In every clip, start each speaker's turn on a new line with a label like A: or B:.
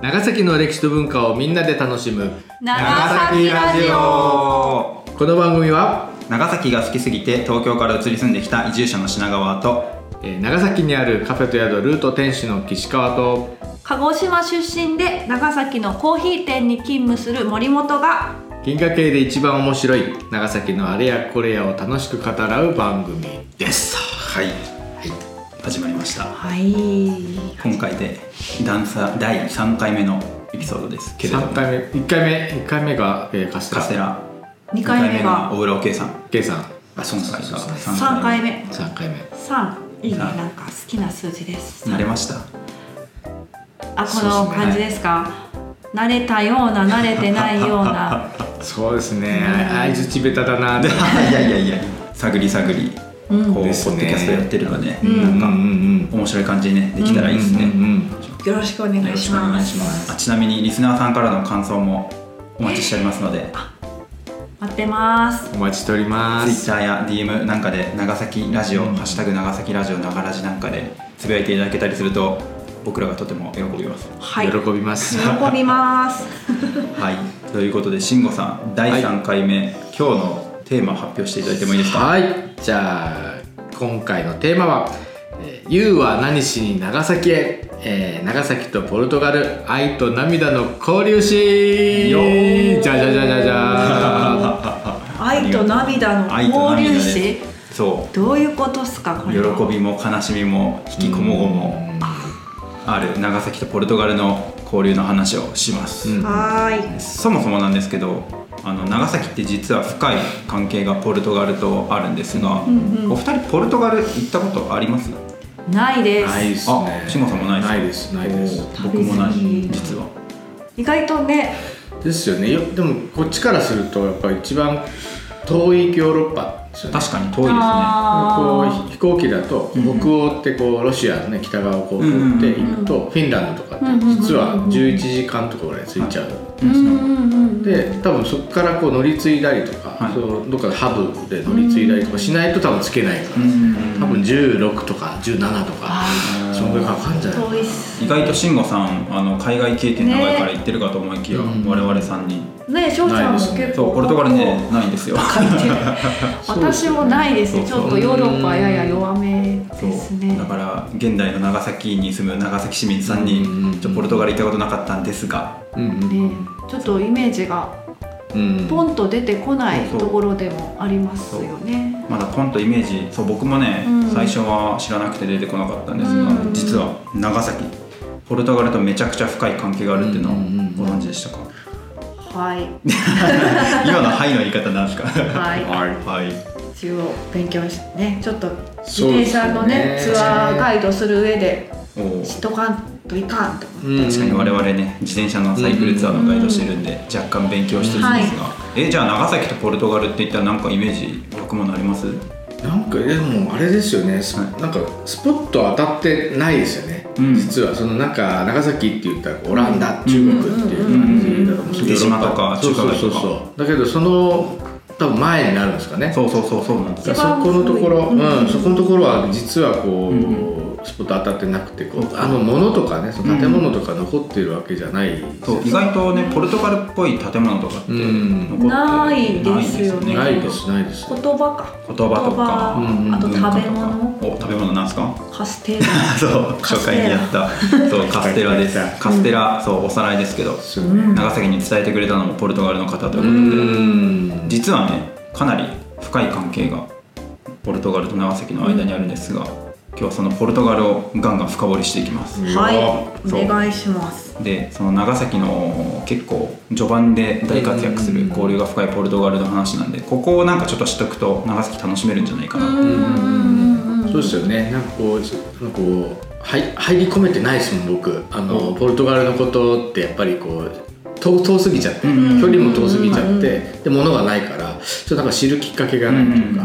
A: 長崎の歴史と文化をみんなで楽しむ
B: 長崎ラジオ
A: この番組は、
B: 長崎が好きすぎて東京から移り住んできた移住者の品川と
A: えー長崎にあるカフェと宿ルート店主の岸川と
C: 鹿児島出身で長崎のコーヒー店に勤務する森本が
A: 銀河系で一番面白い長崎のあれやこれやを楽しく語らう番組
B: ですはい、始まりました
C: はい
B: 今回で段差第3回目のエピソードですけれど
A: 3
B: も
A: 回目1回目一回目が、えー、カステ
B: カ
A: ラ
B: ステラ
C: 2回目
B: が
C: が
B: 大浦おけいさん
A: K さん
B: が存在が
C: 3回目
A: 3回目
C: 3いいね
B: さん
C: なんか好きな数字です
B: 慣れました
C: あこ
B: そう
C: の
B: ですね
C: 感じですか慣れたような慣れてないよう な
A: そうですね相づちベタだなって
B: い やいやいや探り探りこうポ
A: です
B: ッ
A: ね
B: ドキャストやってるので
A: うんう
B: なんか
A: ん
B: 面白い感じにねできたらいいですね、
A: うんうんうん
C: よろしくお願
B: よろしくお願いしますあちなみにリスナーさんからの感想もお待ちしておりますので
C: 待ってます
A: お待ちしておりま
B: ツイッ
A: す
B: ターや DM なんかで長崎ラジオ、ハッシュタグ長崎ラジオ長ラジなんかでつぶやいていただけたりすると僕らがとても喜びます。
C: はい
A: 喜
C: 喜
A: びます
C: びます
B: はい、ということで慎吾さん第3回目、今日のテーマ発表していただいてもいいですか、
A: はいじゃあ今回のテーマは「えー YOU は何しに長崎へ」えー長崎とポルトガル愛と涙の交流し
B: よー
A: じゃじゃじゃじゃじゃ
C: 愛と涙の
B: 愛と
C: 交
B: 涙
C: 流
B: で
C: し
B: そう
C: どういうことっすかこ
B: 喜
C: れは
B: びも悲しみも引きこもごも ある長崎とポルトガルの交流の話をします、
A: うん
C: はーい
B: そもそもなんですけどあの長崎って実は深い関係がポルトガルとあるんですが、お二人ポルトガル行ったことあります
C: ないです、
A: ないですね
B: あ慎吾さんもないですか
A: ないですないです
B: お僕もない
C: 旅好き
B: 実は
C: 意外とね
A: ですよねよでもこっちからするとやっぱ一番遠いヨーロッパですよね
B: 確かに遠いですね
A: こ
C: あ
A: う飛行機だと北欧ってこうロシアの、ね、北側をこう通っていくとフィンランドとかって実は11時間とかぐらい着いちゃう
C: ーうんうんうん
A: で多分そこからこう乗り継いだりとか、
B: はい
A: そのどっかのハブで乗り継いだりとかしないと多分つけないから、多分16とか17とかそんぐらいかかるんじゃない
C: 遠いっす
B: 意外と慎吾さんあの海外経験長いから行ってるかと思いきや、我々さんに
C: ね翔ちゃんも結構
B: そうポルトガル ねないんですよ
C: 私もないですねち
B: そう
C: ょっとヨーロッパやや弱めです
B: そ
C: ね
B: うだから現代の長崎に住む長崎市民さんに、
A: うんうんうん
B: ちょっとポルトガル行ったことなかったんですが、
A: うん
C: ねちょっとイメージが
A: うんうん
C: ポンと出てこない
B: そう
C: ところでもありますよね
B: まだポンとイメージそう僕もね、
C: うん
B: 最初は知らなくて出てこなかったんですが、
C: うん
B: 実は長崎ポルトガルとめちゃくちゃ深い関係があるっていうのを
A: うんうんうん
B: ご存知でしたか、
C: はい
B: 今の「はい」の言い方なんですか
C: はい
B: はい、
C: 一応勉強してねちょっと自
A: そうで
C: 転
A: すよね
C: 車のねツアーガイドする上で
B: おー
C: 知っとかんといかんと思って
B: 確かに我々ね自転車のサイクルツアーのガイドしてるんで、若干勉強してるんですが、えじゃあ長崎とポルトガルっていったらなんかイメージ僕もなります
A: なんかでもあれですよね、す
B: は
A: なんかスポット当たってないですよね、
B: うん
A: 実はそのなんか長崎って言ったらオランダ、中国っていう感じだと思うんですけど
B: うんうんうんうん霧島とか
A: そうそうそう
B: 中華街
A: そうだけどその多分前になるんですかね
B: そうそうそうそうなんです
A: そ
B: よ
C: 一
A: この
C: 番
A: ところ、う
C: 古い
A: ん、そこのところは実はこう、スポット当たってなくてこうあの物とかねその建物とか残ってるわけじゃない、
B: そう意外とねポルトガルっぽい建物とかって
A: うん
B: 残って
C: ないですよね
A: ないですないです
C: 言葉か
B: 言葉とか
C: 言葉
A: うんうん
C: あと
B: 文化
C: 食べ
B: とか
C: 物
B: お食べ物なんですか
C: カステーラ
B: そう
C: カ
B: 初
C: ステラ
B: 回にやったそうカステラですカステラそうおさらいですけど、
A: そうね
B: 長崎に伝えてくれたのもポルトガルの方ということで、
A: うん
B: 実はねかなり深い関係がポルトガルと長崎の間にあるんですが、今日はそのポルトガルをガンガン深掘りしていきます、
C: はい
B: そう
C: お願いします
B: でその長崎の結構序盤で大活躍する交流が深いポルトガルの話なんでここをなんかちょっと知っとくと長崎楽しめるんじゃないかな、
A: そうですよね。なんかこう、そなんかこう、はい、入り込めてないですもん、僕。あの、ポルトガルのことって、やっぱりこう。遠遠すぎちゃって、距
B: うん
A: 離も遠すぎちゃって、で、物がないから、ちょっとなんか知るきっかけがないというか。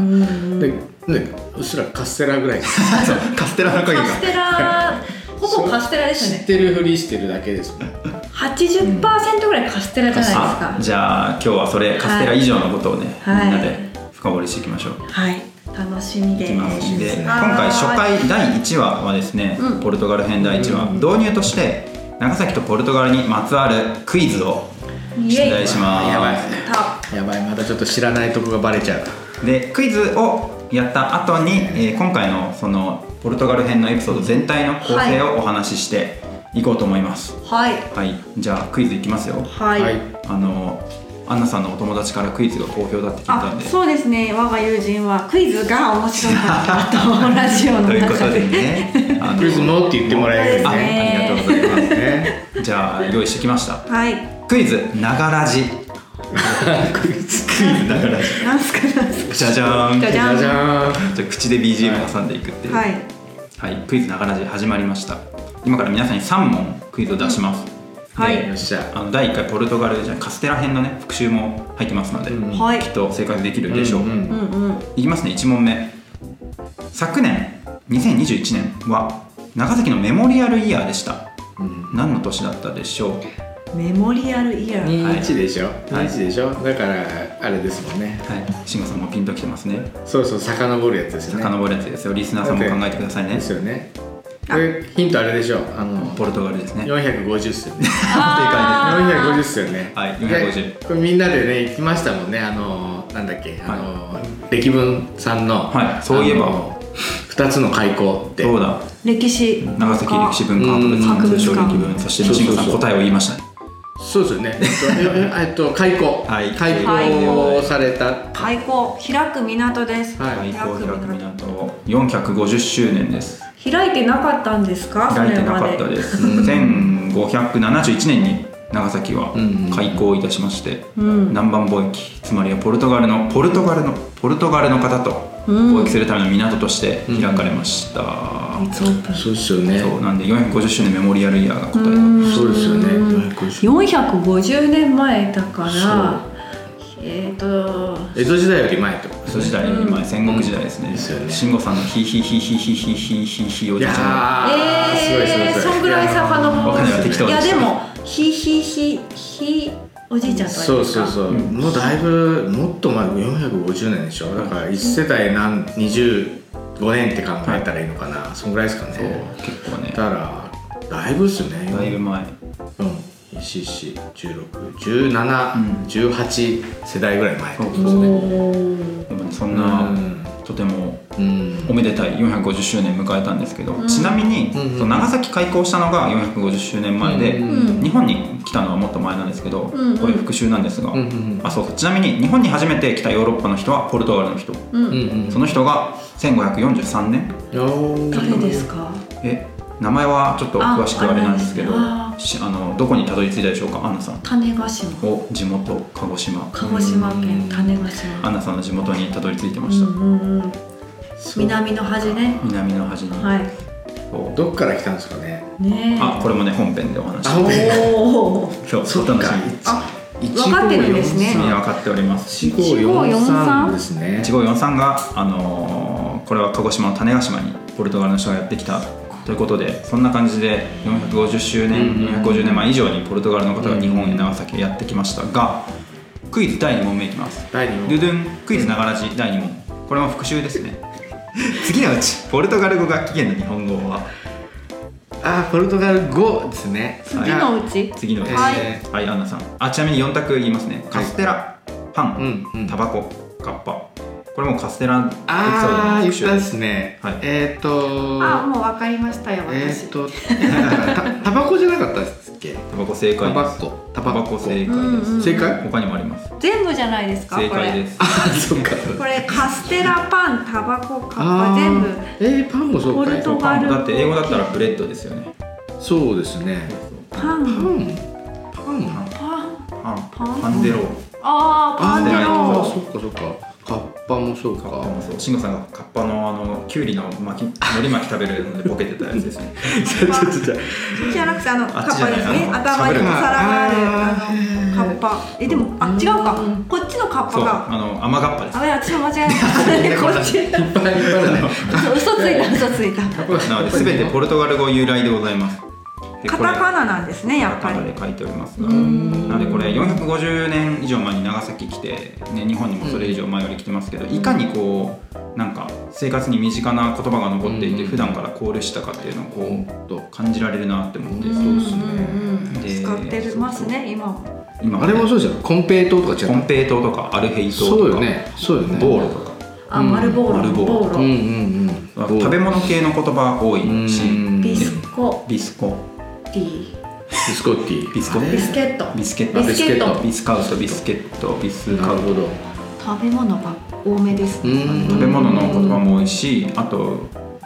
A: で、ね、うっすらカステラぐらいです。
B: そうカステラの影が
C: カステラほぼカステラです
A: 知っ
C: ね
A: てるふりしてるだけですもん。
C: 80%ぐらいカステラじゃないです
B: あ
C: か
B: じゃあ今日はそれカステラ以上のことをね、
C: はい
B: みんなで深掘りしていきましょう
C: はい楽しみ
B: い
C: で
B: き
C: す
B: ますで今
C: は
B: 回初
C: ーい
B: 回第1話はですね、
C: うん
B: ポルトガル編第1話、導入として長崎とポルトガルにまつわるクイズを
C: イ
B: 出
C: エ
B: 題
C: イ
B: します
A: やばい
C: た
A: やばいまたちょっと知らないとこがバレちゃう
B: でクイズをやった後に、えー今回のそのポルトガル編のエピソード全体の構成をお話ししていこうと思います
C: はい
B: はい、じゃあクイズいきますよ
C: はい、
B: あのアンナさんのお友達からクイズが好評だって聞いた
C: あ
B: んで
C: そうですね我が友人はクイズが面白かったとラジオの
B: というこ
C: 中
B: とで
C: で
B: ねあの
A: クイズもって言ってもらえるよ
B: あ
A: ね
B: ありがとうございます
A: ね
B: じゃあ用意してきました
C: はい
B: クイズながらじ
A: クイズクイズだからじ
C: なんすかなんすか
B: じゃじゃーん
C: じゃじゃ
A: ゃじゃん
B: じゃあ口で BGM 挟んでいくっていう
C: は
B: はい、
C: い
B: クイズながらじ始まりました今から皆さんに3問クイズを出します、
C: はい
A: よっしゃ
B: あの第1回ポルトガルじゃカステラ編のね復習も入ってますので、
A: うん
C: はい
B: きっと正解できるでしょう、
A: んん
C: うんうん
B: いきますね1問目昨年2021年は長崎のメモリアルイヤーでした
A: うん
B: 何の年だったでしょう
C: メモリアルイヤー
A: 21でしょ、
B: はい
A: 21でしょだからあれですもんね
B: はい慎吾さんもピンときてますね
A: そうそう遡るやつですよね
B: 遡るやつですよリスナーさんも考えてくださいね
A: ですよね
C: あ
A: これヒントあれでしょあの
B: ポルトガルですね
A: 450っすよね
B: 正
C: あ
A: 450っすよね
B: はい
A: で
B: 450
A: これみんなでね行きましたもんねあのなんだっけあの、歴文さんの、
B: はいそういえば
A: あの2つの開口って
B: そうだ
C: 歴史
B: 長崎歴史文化博物館
C: うん
B: 通称歴文そして慎吾さ
A: そう
B: ん
A: そうそう
B: 答えを言いましたね
A: そうですよねえっとえ えっと開口、
B: はい
A: 開
B: は
A: 口
B: い
A: された
C: 開港開く港です、
A: はい
B: 開港開
C: 開く
B: く港450周年です
C: 開いてなかったんですかそ
B: 開い
C: れ
B: てな
C: ま
B: か
C: で
B: ったです
A: うん
B: 1571年に長崎は
A: うん
B: 開港いたしまして、
C: うん
B: 南蛮貿易つまりはポルトガルのポルトガルのポルトガルの方と
C: うん
B: 貿易するための港として開かれました、
C: いつオープン
A: そうですよね
B: そうなんで450周年メモリアルイヤーが答えだった
A: そうですよね450
C: 450年前だからえっ、と
A: 江戸時代より前ってこと
B: その時代より前戦国時代ですね、
A: ですよね
B: 慎吾さんのヒヒヒヒヒヒヒヒヒお
A: い
B: じい
A: や
B: ちゃん
A: ー、すごいすごい
C: えー、
A: すごい
C: そんぐらいさかのぼ
B: わ
C: る
B: かんない適当
C: い
B: で
C: や
B: した
C: でもひひひひおじいちゃんとは言
A: そう
C: うか
A: そうそう、もうだいぶもっと前450年でしょだから1世帯何25年って考えたらいいのかな、そんぐらいですか
B: そう
A: ね
B: 結構ね
A: だからだいぶっすね
B: だいぶ前
A: 414161718世代ぐらい前ってこと
B: そ
A: です
B: う
A: ね
C: お
B: でもねそん
A: う
B: な、
A: ん
B: とても
A: うん
B: おめでたい450周年迎えたんですけど、ちなみに、
A: うんうん
B: その長崎開港したのが450周年前で、
A: うん
B: 日本に来たのはもっと前なんですけど、
C: んうん
B: これ復習なんですが、
A: うんうん
B: あそうそうちなみに日本に初めて来たヨーロッパの人はポルトガルの人、
A: うんうん
B: その人が1543年
C: 誰ですか
B: え名前はちょっと詳しくあれなんですけど
C: ああ
B: しあのどこにたどり着いたでしょうかアンナさん
C: 種子島
B: お地元鹿児島
C: 鹿児島県種子
B: ア
C: 島
B: ンナさんの地元にたどり着いてま
C: う
B: した、
C: んうんうん
A: そう
C: 南の端ね
B: 南の端に、
C: はい
B: こう
A: どっから来たんですかね
C: ねえ
B: あこれもね本編でお話し
A: あ本編
C: おお
B: そう
A: そっ
B: お
A: か
B: 楽しみに
C: あ
A: 1
C: 分かってるんですね
B: 分かっております
A: 1543ですね
B: 1543が、あのーこれは鹿児島の種子島にポルトガルの人がやってきたということでそんな感じで450周年、
A: うん
B: 450年前以上にポルトガルの方
A: う
B: が
A: ん
B: 日本や長崎へやってきましたがクイズ第2問目いきます
A: 第二問
B: ドゥドゥンクイズながらじ第2問これも復習です ね次のうちポルトガル語が起源の日本語は
A: あーポルトガル語ですね
C: 次のうち
B: 次のうち
A: はい
B: はい、アンナさんあちなみに4択言いますねカステラ、パン、
A: うんうん
B: タバコカッパこれもカステラエピソ
A: ああ
B: ードの
A: 言
B: 復
A: っ
B: 習
A: たですね、
B: はい
A: えっ、ー、と
C: あもう分かりましたよ
A: えっ、
C: 私
A: ー、と たタバコじゃなかったっすっけ
B: タバコ正
A: タ
B: 解で
A: バ
B: す
A: コタ
B: タバ
A: バ
B: コ
A: コ
B: 正解です、
C: うんうん
A: 正解
B: 他にもあります
C: 全部じゃないですか
B: 正
C: これ
B: 解です
A: あそっか
C: これカステラパンタバコカッ
A: あ
C: パ
A: ー
C: 全部
A: えー、パンもそう
C: ポ
A: か
C: ル
A: い
C: トガ
B: パン
C: ル
B: だって英語だったらブレッドですよね
A: そうですね
C: パ
A: パ
C: ン
A: ンパン
B: パン
C: パン
B: パン
C: パン
B: パンデロー
C: あーパンデロ
A: あー
C: ー
A: そっかそっかカッパもそう
B: カッパ
A: か
B: もそう慎吾さんがカッパのあのキュウリの巻き海苔巻き食べるのでボケてたやつで すね
A: ちょちょちょちょ
C: じゃなくてあのカ
B: あっち
C: ッ
B: じ
C: パ
B: ゃない
C: ですね
B: あの
C: 頭にお皿がある
A: あー
C: あのカッパえでもあ違うかこっちのカッパ
B: そう
C: が
B: あの甘がっぱです
C: あや私も間違えたこっち
A: いっ ぱいいっぱいあるね
C: 嘘ついた嘘ついた
B: なので全てポルトガル語由来でございますで
C: カ
B: これ
C: タカナなんですねやっぱ
B: カタカナ
C: り
B: で書いておりますが
C: うん
B: なのでこれ450年以上前に長崎来て、ね、日本にもそれ以上前より来てますけど、いかにこうなんか生活に身近な言葉が残っていて、
A: うん
B: 普段から考慮したかっていうのをこう
A: 本当
B: 感じられるなって思って、
C: うんうんうん
B: で
C: 使ってますね今も
B: 今
A: あれもそうじゃんコンペイトーとか違
B: コ
A: う
B: ンペイ島とかアルヘイ島とか
A: そうよねそうよね
B: ボールとか
C: あ、
A: うん
C: 丸ボーロ
B: 丸ボーロ
C: ボーロ、
A: うんうんうん
B: 食べ物系の言葉多いし、
A: うん
C: ビスコ
B: ビスコ
C: ティ
A: ビスコッティ
B: ビスコ
A: あれ
C: ビスケット
B: ビスケッ
A: あ
B: ト
C: ビスケット
B: ビスカウトビスケットビス
A: な
B: カ
A: る
B: ウト
A: ほど
C: 食べ物が多めですね
A: うん
B: 食べ物の言葉も多いしあと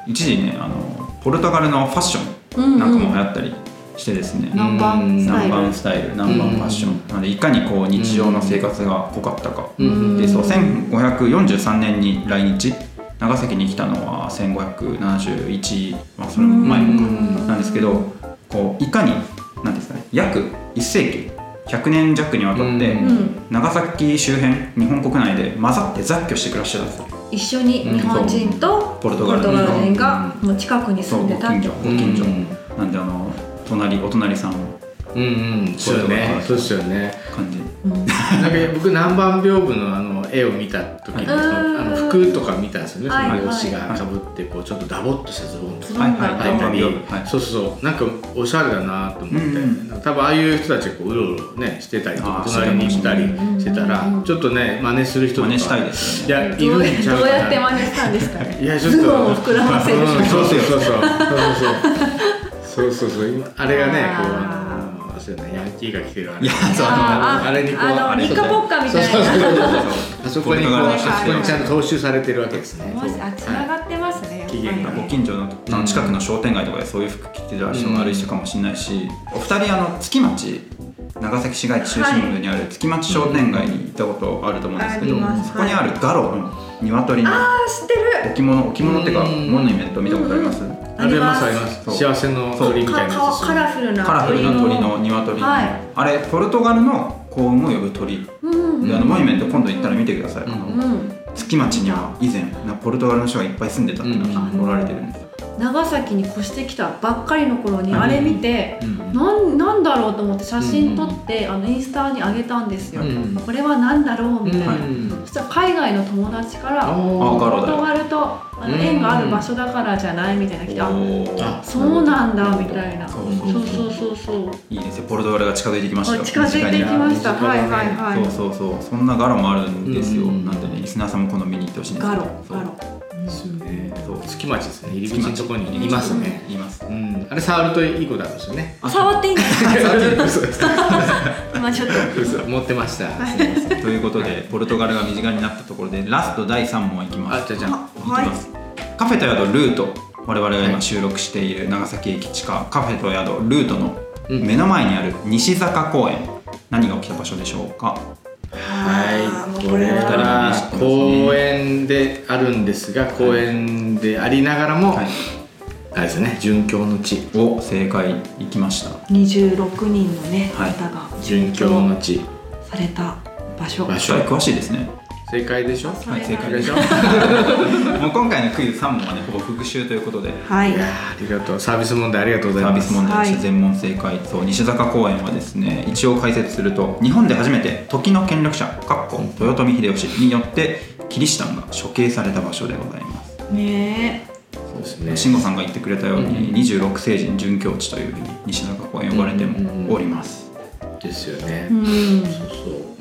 B: 一時ねあのポルトガルのファッションなんかも流行ったりしてですね、
A: ん
C: 南蛮スタイル
B: 南蛮スタイル南蛮ファッション、なのでいかにこう日常の生活が濃かったか、
A: うん
B: でそう1543年に来日長崎に来たのは1571、まあ、それも前もか
A: うん
B: なんですけどこういかになんですかね約1世紀100年弱にわたって、
A: う
C: うん
B: 長崎周辺日本国内で混ざって雑居して暮らしてたんですよ
C: 一緒に日本人と
B: ポルト
C: ポ
B: ガ
C: ル
B: ル
C: ト
B: の
C: ガル人がもう近くに
B: そ
C: 住
B: うんご
C: でたっ
B: 近
C: て
B: 所ご近所、
A: う
B: なんであの隣お隣さんの
A: うんうんそうよねそうですよね
B: 感じ
C: うん
A: なんか僕南蛮屏風のあの絵を見た時に、
C: はい
A: そのあの服とか見たんですよね、
C: はい
A: その帽子がかぶってこうちょっとダボっとしたズボンとか
C: はいはい
A: 入ったり、
B: はい
A: そうそうそうなんかおしゃれだなと思って、
B: うん
A: 多分ああいう人たちがこううろうろねしてたりとか
B: あー
A: 隣に来たりしてたら、
C: うん
A: ちょっとね真似する人とか
B: 真似したいですよね
A: いやい
C: どう
A: るんちゃうか
C: どう
A: な
C: やって真似したんですかね
A: いやちょっと
C: ズボンを膨らませる
A: うんそうそうそうそうそうそうそうそうそう今あれがねこう
C: あ
A: あのそうだねヤンキーが着てるあ
B: い
A: れ
B: やそう
C: あー
A: あれにこう
C: あ
A: あ
C: の
A: れ
C: ニ
A: と
C: ッカ
A: か
C: ポッカみたいな
A: あそこにこう
B: ポルトガル
A: あ
B: の人た
A: そ
B: ち
A: こにちゃんと踏襲されてるわけですね。
C: もしあ繋がってますねやっぱり
A: 期限が
B: ご近所のあの近くの商店街とかでそういう服着てる人が歩いてるかもしれないし、お二人あの月町長崎市街地中心部にある月町商店街に行ったことあると思うんですけど、
A: うんあり
C: ます
B: そこにあるガロの鶏の
C: あー知ってる
B: 置物置物っていうか
A: うん
B: モニュメント見たことあります、
A: ありますありま
B: そう
A: す。幸せの鳥みたいなや
C: か
A: つ。
C: カラフルな
B: カラフルな鳥の鶏、
C: はい
B: あれポルトガルの幸運を呼ぶ鳥、
C: うん
B: であのモニュメント今度行ったら見てください、
A: うん
B: あの
C: うん
B: 月町には以前なポルトガルの人がいっぱい住んでたっていうの
C: うん
B: がおられてるんですよ、
C: 長崎に越してきたばっかりの頃に
B: うん
C: あれ見て、
A: うん
C: なんなんだろうと思って写真撮って、あのインスタに上げたんですよ、
A: うん
C: これは何だろうみたいな、
B: は
A: うん
C: そしたら海外の友達か
A: あ
C: ら
A: ー
B: ガ
C: ポル
B: ロだ
C: ト
B: よ
C: ガルとあの
A: うん
C: 縁がある場所だからじゃないみたいな来て、あ
B: おー
A: あ
C: そうなんだみたいな
B: そ
C: そうう
B: そ
A: そう
B: う
C: そうそうそう
B: いいですよポルトガルが近づいてきました
C: あ
B: よ
C: 近づいてきました
A: 身近だ
C: はい
A: ね
C: はいはい
B: そうそうそうそんなガロもあるんですよ、
A: うん
B: なんでねリスナーさんも今度見に行ってほしいんです
C: ガ
B: け
C: ロ
B: ど
C: ガロ
A: ですよね
B: そう
A: 月町ですね。入り口のところにいますね。
B: います
A: うん。あれ触るといいことあるんですよね。
B: あ
C: 触っていいんですか
A: 嘘嘘
C: 今ちょっと
A: 嘘持ってました。
C: はい
B: ということでポルトガルが身近になったところでラスト第3問いきます
A: あじゃあじゃ
B: い
A: あ
B: き
C: はい
B: ますカフェと宿ルート我々が
A: は
B: 今
A: い
B: 収録している長崎駅地下カフェと宿ルートの
A: うん
B: 目の前にある西坂公園何が起きた場所でしょうか
C: あー
A: は
C: もう
A: い、
C: こ
A: こ
C: れ
A: れ
C: は
A: は公園であるんですが、公園でありながらも、
B: はい
A: あれですね、殉教の地、
B: お正解いきました
C: 26人のね
B: はい
C: 方が殉
A: 殉教の
C: 教
A: 地、
C: された場所
A: 場所
B: はい詳しいですね
A: 正解でしょ？
C: はい
B: 正解
A: でしょ？い
B: もう今回のクイズ3問はねほぼ復習ということで
C: はい
A: やーありがとう、サービス問題ありがとうござい
B: サー
A: ま
B: ビス
A: す。
B: 問題でし
C: は
B: た
C: い
B: 全問正解そう西坂公園はですね一応解説すると日本で初めて時の権力者かっこ豊臣秀吉によってキリシタンが処刑された場所でございます
C: ね
A: そうですね。
B: 慎吾さんが言ってくれたように
A: うん
B: 26世紀殉教地というふうに西坂公園呼ばれてもおります
A: ですよ
C: え
A: ね
C: う。ん
A: そうそう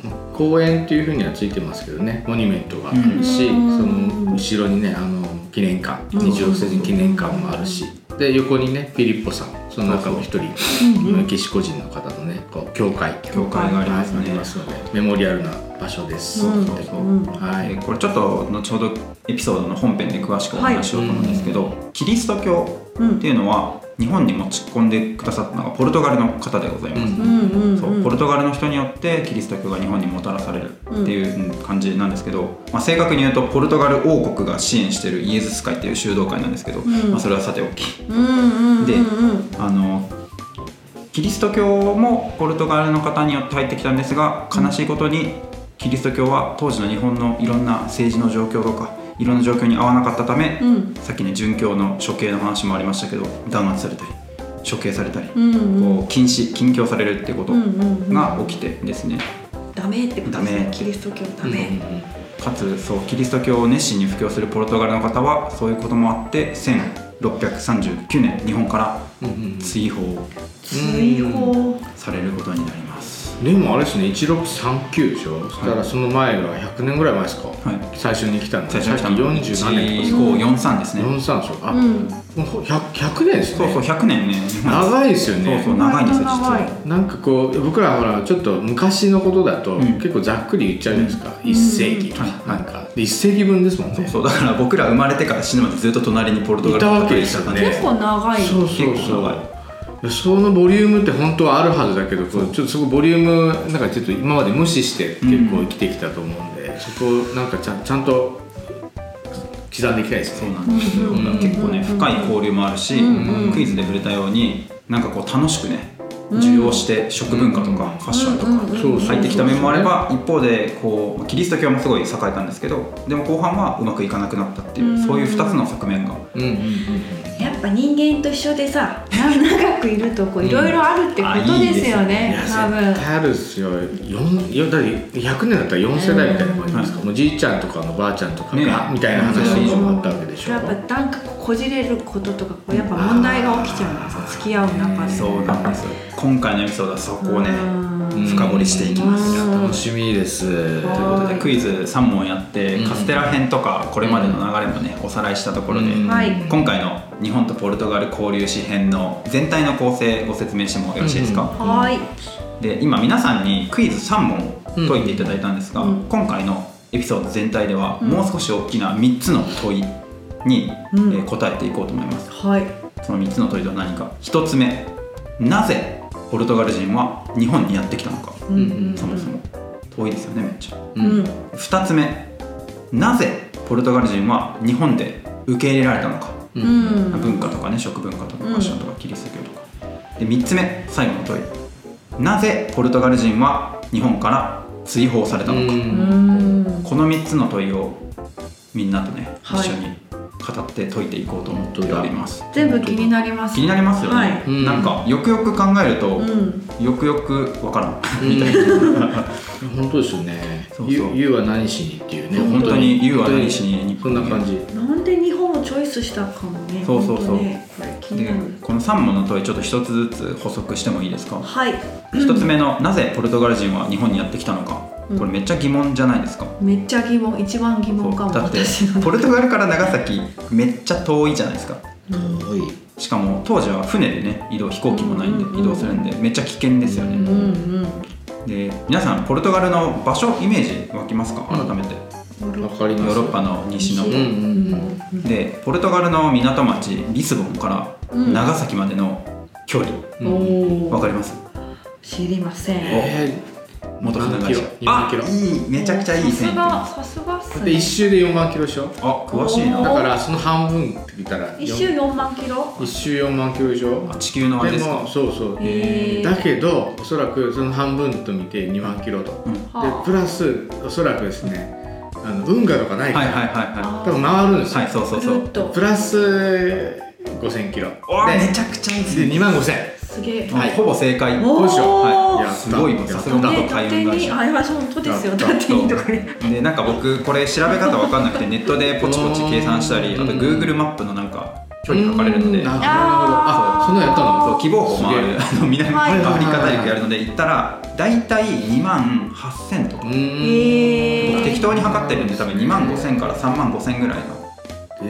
A: まあ公園っていうふうにはついてますけどねモニュメントがあるし、
C: うん
A: その後ろにねあの記念館
C: うん
A: 二条世人記念館もあるし、で横にねフィリッポさんその中の一人
C: うんうん
A: メキシコ人の方のねこう教会
B: 教会があります
A: はいあり
B: ね
A: ますのでメモリアルな場所です。
C: うん
B: そうそう
C: うん
A: はい
B: えーこれちょっと後ほどエピソードの本編で詳しくお話ししようと思うんですけど、キリスト教っていうのは日本に持ち込んでくださったのがポルトガルの方でございます、
A: うん
C: うんうんうん
B: そうポルトガルの人によってキリスト教が日本にもたらされるっていううん感じなんですけど、まあ、正確に言うとポルトガル王国が支援してるイエズス会っていう修道会なんですけど、
C: ん
B: まあ、それはさておき
C: うんうんうんうん
B: であのキリスト教もポルトガルの方によって入ってきたんですが悲しいことにキリスト教は当時の日本のいろんな政治の状況とかいろんな状況に合わなかったため、
C: うん
B: さっきね殉教の処刑の話もありましたけど弾圧されたり処刑されたり、
C: うんうん
B: こう禁止禁教されるっていうこと
C: うんうんうん
B: が起きてですね、
C: ダメってことです
B: ダ
C: ね
B: メ
C: キリスト教ダメ、
B: かつそうキリスト教を熱心に布教するポルトガルの方はそういうこともあって1639年日本から
A: うんうんうん
B: 追放
C: 追放
B: されることになります、
A: でもあれですね1639でしょ、そしたらその前が100年ぐらい前ですか、
B: はい
A: 最初に来たの
B: 最初に来た
A: さっ
B: の
A: き40何年とか
B: 1543ですね、
A: 43でしょあ、
C: う
A: も
C: ん
A: うほ 100, 100年ですね
B: そうそう100年ね日本に
A: 長いですよね
B: そうそう長いんですよ実
C: 長い
B: は
A: なんかこう僕らほらちょっと昔のことだと、
B: うん
A: 結構ざっくり言っちゃうじゃないですか、
C: うん
A: 一世紀とか、
B: はい
A: なんか一世紀分ですもんね
B: そうそうだから僕ら生まれてから死ぬまでずっと隣にポルトガル
A: いたわけですよね
C: 結構長い
A: そうそう
B: 結
A: そ
B: 構
A: う
B: 長い
A: そのボリュームって本当はあるはずだけどこうちょっとそこボリュームなんかちょっと今まで無視して結構生きてきたと思うんで、そこをなんかちゃんちゃんと刻んでいきたいです
B: そう
A: ね
B: なんですよ、
C: うんうんうん
B: 結構ね深い交流もあるし、
C: うんうん
B: クイズで触れたようになんかこう楽しくね受容して食文化とか
A: うん
B: ファッションと
C: うんうんうん
B: か
A: そうそう
B: 入ってきた面もあれば一方でこうキリスト教もすごい栄えたんですけどでも後半はうまくいかなくなったっていううんそういう2つの側面が
A: うんうんうん
C: やっぱ人間と一緒でさな長くいるとこういろいろあるってことですよ
A: い
C: ね
A: や
C: 多分
A: 絶対あるっすよ四いやだって100年だったら4世代みたいな感じですか、もうじいちゃんとかのばあちゃんとかが、
B: ね
A: みたいな話もあったわけでしょ
C: やっぱなんかこじれることとかこうやっぱ問題が起きちゃうんですよ付き合う中で
B: そうなんですよ今回のエピソードはそこをね
C: うん
A: うん
B: 深掘りしていきます
A: いや楽しみです
B: ということでクイズ3問やって
A: うん
B: カステラ編とかこれまでの流れもねおさらいしたところで
A: うん
C: はい
B: 今回の日本とポルトガル交流史編の全体の構成ご説明してもよろしいですか、
C: はーい
B: で今皆さんにクイズ3問
A: うん
B: 解いていただいたんですが、
C: うん
B: 今回のエピソード全体では
C: うん
B: もう少し大きな3つの問いに、
C: うん
B: えー答えていこうと思います
C: はい
B: その3つの問いとは何か1つ目なぜポルトガル人は日本にやってきたのか
C: うんうん
B: そもそも遠いですよねめっちゃ
A: う
C: うんん
B: 2つ目なぜポルトガル人は日本で受け入れられたのか
A: う
C: うんん
B: 文化とかね食文化とか
C: うん
B: ファッションとかキリスト教とか、で3つ目最後の問いなぜポルトガル人は日本から追放されたのか、
C: うん
B: この3つの問いをみんなとね、
C: はい
B: 一緒に語って解いていこうと思っております
C: 全部気になります
B: 気になりますよね、
C: はい
A: うん
B: なんかよくよく考えると、
C: うん
B: よくよくわからん
A: みたい本当ですよね
B: そうそう
A: ゆゆうは何しにっていうね
B: 本当に「You は何しに日
A: そん
B: 本
A: な
B: に
A: 感じ
C: なんで日本をチョイスしたかもね
B: そうそうそう
C: 本当ねこれ気に
B: で
C: なる
B: この3問の問いちょっと一つずつ補足してもいいですか
C: はい
B: 一つ目のなぜポルトガル人は日本にやってきたのか、
C: うん
B: これめっちゃ疑問じゃないですか、
C: めっちゃ疑問一番疑問かも
B: だって
C: 私の
B: ポルトガルから長崎めっちゃ遠いじゃないですか
A: おい
B: しかも当時は船でね移動飛行機もないん
C: うんうんう
B: で
C: ん
B: 移動するんでめっちゃ危険ですよ
C: うん
B: ね、
C: うん
B: で皆さんポルトガルの場所イメージ湧きますか
A: うん
B: 改めて、
A: わかり
B: ヨ
A: ま
B: ー
A: す
B: ロッパの西の
A: うん
B: 方、
A: うんうん
B: でポルトガルの港町リスボンか
C: うん
B: ら長崎までの距離
A: うん
C: お
B: わ、
C: お
B: かります
C: 知りません
A: えー
B: 元船
A: 何
B: 会
A: キロ
B: 社
A: 4キロ
B: あいいめちゃくちゃいい線いってます
C: さすがさすがっす
A: で一
C: ね
A: 周で4万キロでしょ
B: あ詳しい
C: お
A: だ
B: な
C: ー
A: からその半分って言ったら
C: 一
A: 四
C: 周4万キロ
A: 一周4万キロでしょ
B: あ地球のあれ
A: で
B: ですか
A: もそうそう
C: へー
A: だけどおそらくその半分と見て2万キロと
B: うん
A: で
C: はあ
A: プラスおそらくですねあの運河とかないか
B: はい
A: ら、
B: はいはい
C: あ
B: は
A: 多分回るんで
B: い。
A: すよ、
B: はい、そうそうそ
C: ルー
B: う。
C: ト
A: プラス5000キロ
B: わあ
A: で
B: めちゃくちゃいいです
A: で
B: ね。
A: 2万5000
C: すげえ
B: あほぼ正解。
C: お
A: どうしよう
C: おー
A: やった
B: すごいわ
A: やっ
B: さす
A: た
B: が元
C: 縦
B: 海
C: 縦
B: 運会
C: に
B: 社。
C: あれは本当ですよ
A: だだ
C: 縦にとかね
B: でなんか僕これ調べ方わかんなくてネットでポチポチ計算したりあ
A: う
B: と
A: ん
B: Google マップのなんか距離書かれるので
A: うんなるほど
C: あー
A: あそんなんやったの
B: そう希望を回るあの南
C: はい
B: アフリカ大陸やるので行ったら大体2万8000と
A: う
B: か
A: ーん
C: へー
B: 適当に測ってるんで多分2万5000から3万5000ぐらいの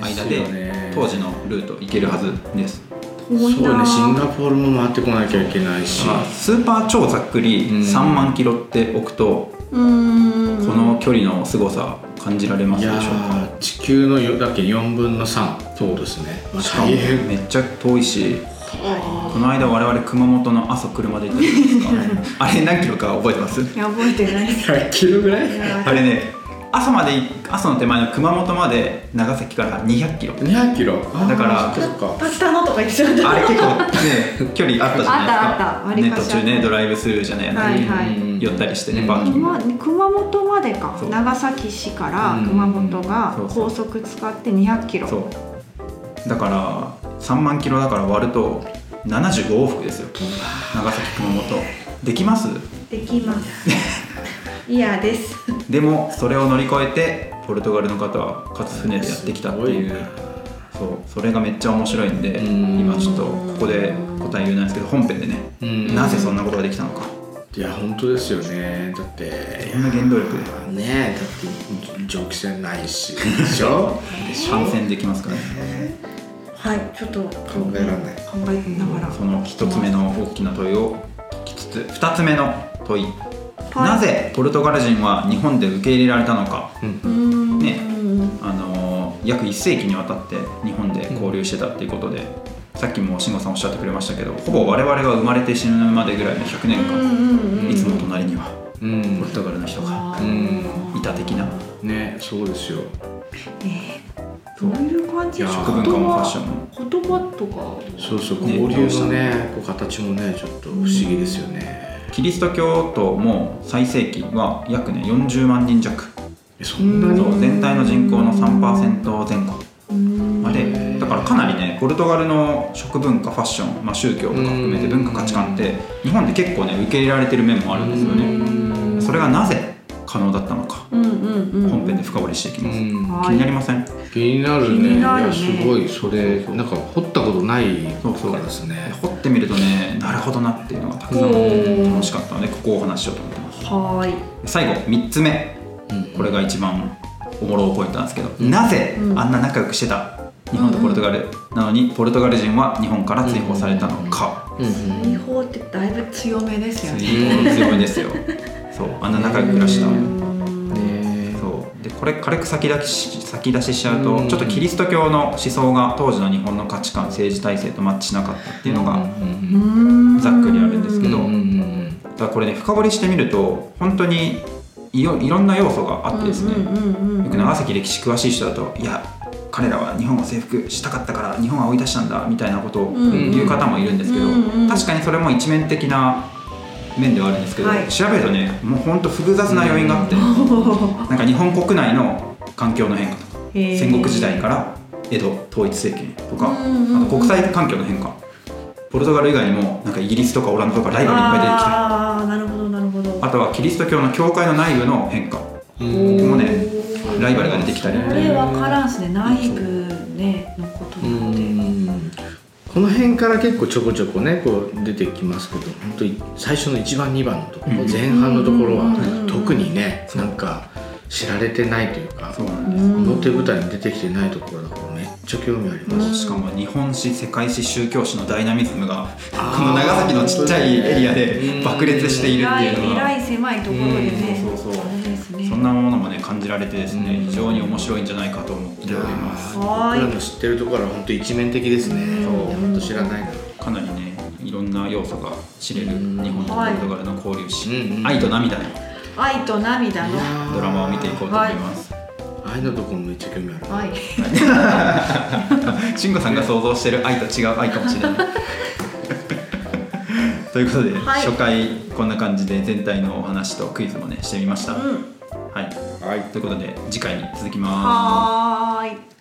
A: す
B: 間
A: よ
B: で
A: ね
B: 当時のルート行けるはずです。
C: 遠い
A: そう
C: な
A: ねシンガポールも回ってこなきゃいけないし
B: まあスーパー超ざっくり
A: うん
B: 3万キロっておくと
C: うーん
B: この距離の凄さ感じられま
A: い
B: すでしょ
A: や
B: うか
A: ー地球のよだっけ4分の3そうですね
B: しかも
A: 大変
B: めっちゃ遠いしこの間我々熊本の阿蘇車で行ったじゃないで すかあれ何キロか覚えてます
C: いや覚えてな いです
A: 100キロぐらい
B: あれね阿蘇まで阿蘇の手前の熊本まで長崎から200キロ
A: 200キロ
B: だから
A: あーそっかそっか
C: パスタのとか言ってたんだ
B: あれ結構ね距離あったじゃ
C: あったあった
B: な
C: 割
B: いです
C: り
B: か
C: かし
B: ね途中ねドライブスルーじゃないや
C: はい
B: ね
C: はい
A: うん
B: 寄ったりしてねパーキング
C: ま熊本までか
B: そう
C: 長崎市から
A: うん
C: 熊本が
B: そうそう
C: 高速使って200キロ
B: そうだから3万キロだから割ると75往復ですよ長崎熊本できます
C: できますいやです
B: でもそれを乗り越えてポルトガルの方は勝つ船でやってきたっていう
A: すごいな
B: そうそれがめっちゃ面白いんで
A: うん
B: 今ちょっとここで答え言えないですけど本編でね
A: うん
B: なぜそんなことができたのか
A: いや本当ですよねだって
B: そんな原動力で
A: ねえだって蒸気船ないしでしょでしょ
B: 参戦できますからね
C: はいちょっと考
A: 考えられない
C: 考えながら
B: その一つ目の大きな問いを解きつつ二つ目の問い、
C: はい
B: なぜポルトガル人は日本で受け入れられたのか
C: うーん
B: ねあのー約1世紀にわたって日本で交流してたっていうことで、さっきも慎吾さんおっしゃってくれましたけどほぼ我々が生まれて死ぬまでぐらいの100年
C: うんう
B: 間、
C: んうんうん
B: いつも隣には
A: うん
B: ポルトガルの人が
A: うん
B: いた的な
A: ねそうですよ
C: えーどういう感じ
A: いや
B: 食文化もファッションも
C: 言葉とか
A: そうそう
B: ね
A: 交流のねこう形もねちょっと不思議ですよね
B: キリスト教徒も最盛期は約ね40万人弱
A: えそんなに
B: そう全体の人口の3%前後
C: うーん
B: ま
A: へ
B: で
A: ー
B: だからかなりねポルトガルの食文化ファッション、まあ、宗教とか含めて文化価値観って日本で結構ね受け入れられてる面もあるんですよね
C: うん
B: それがなぜ可能だったのか
C: うんうんうん
B: 本編で深掘りしていき
A: う
B: ます、
A: ん
C: はい
B: 気になりません
A: 気になる
C: 気
A: ね
C: になるね
A: いやすごいそれ
B: そうそう
A: なんか掘ったことない
B: そ
A: と
B: うそう
A: かですね
B: 掘ってみるとねなるほどなっていうのがたくさん
C: うん
B: 楽しかったのでここをお話ししようと思ってます
C: はーい
B: 最後3つ目
A: うん
B: これが一番おもろいポイントなんですけどなぜ
C: うん
B: あんな仲良くしてた日本とポルトガルなのにポルトガル人は日本から追放されたのか、
A: うんうん
C: 日本ってだいぶ強めですよね
B: 水道強いですよそうあんな仲良く暮らした
A: ね
B: そうでこれ軽く先出し先出ししちゃうと
A: うん
B: ちょっとキリスト教の思想が当時の日本の価値観政治体制とマッチしなかったっていうの
A: うん
B: が
A: うん
B: ざっくりあるんですけど
A: うんうんうん
B: だからこれね深掘りしてみると本当にいろいろんな要素があってですね
C: うんうんうんうん
B: よく長崎歴史詳しい人だといや彼らは日本を征服したかったから日本は追い出したんだみたいなことを
C: うん
B: 言う方もいるんですけど、
C: うんうん
B: 確かにそれも一面的な面ではあるんですけど、
C: はい
B: 調べるとねもうほんと複雑な要因があって、なんか日本国内の環境の変化とか、
C: へー
B: 戦国時代から江戸統一政権とか、
C: うんうん
B: あと国際環境の変化ポルトガル以外にもなんかイギリスとかオランダとかライバルいっぱい出てきたり
C: ああなるほどなるほど
B: あとはキリスト教の教会の内部の変化
A: うん
B: ここもね
C: おー
B: ライバルが出てきたり
C: これわからんすね内部ねのこと
A: う
C: なんで
A: んこの辺から結構ちょこちょこねこう出てきますけど本当に最初の1番2番のところ、
B: うん
A: 前半のところ
C: う
A: は
C: ん
A: 特にねなんか知られてないというか
B: そうなんです、
A: 表舞台に出てきてないところだからめっちゃ興味あります、
B: しかも日本史世界史宗教史のダイナミズムが
A: あー
B: この長崎のちっちゃいエリア
A: う
B: で
A: ん
B: 爆裂しているって
C: 偉い
B: いうのが
C: 偉い狭いところでね
B: うんそうそうそう
C: あれですね
B: そんなものもね感じられてですね
A: うん
B: 非常に面白いんじゃないかと思っております
C: はーい
A: 僕らの知ってるところは本当一面的ですね
C: うん
A: そう本当知らないな
B: かなりねいろんな要素が知れる
A: うん
B: 日本とポルトガルの交流史
A: うんうん
B: 愛と涙の
C: 愛と涙の
B: ドラマを見ていこうと思います
A: 愛のところめっちゃ興味ある、
C: はい
B: 慎吾さんが想像してる愛と違う愛かもしれない ということで
C: はい
B: 初回こんな感じで全体のお話とクイズもねしてみました
C: うん
B: はい
A: はい
B: ということで次回に続きま
C: は
B: す
C: ーい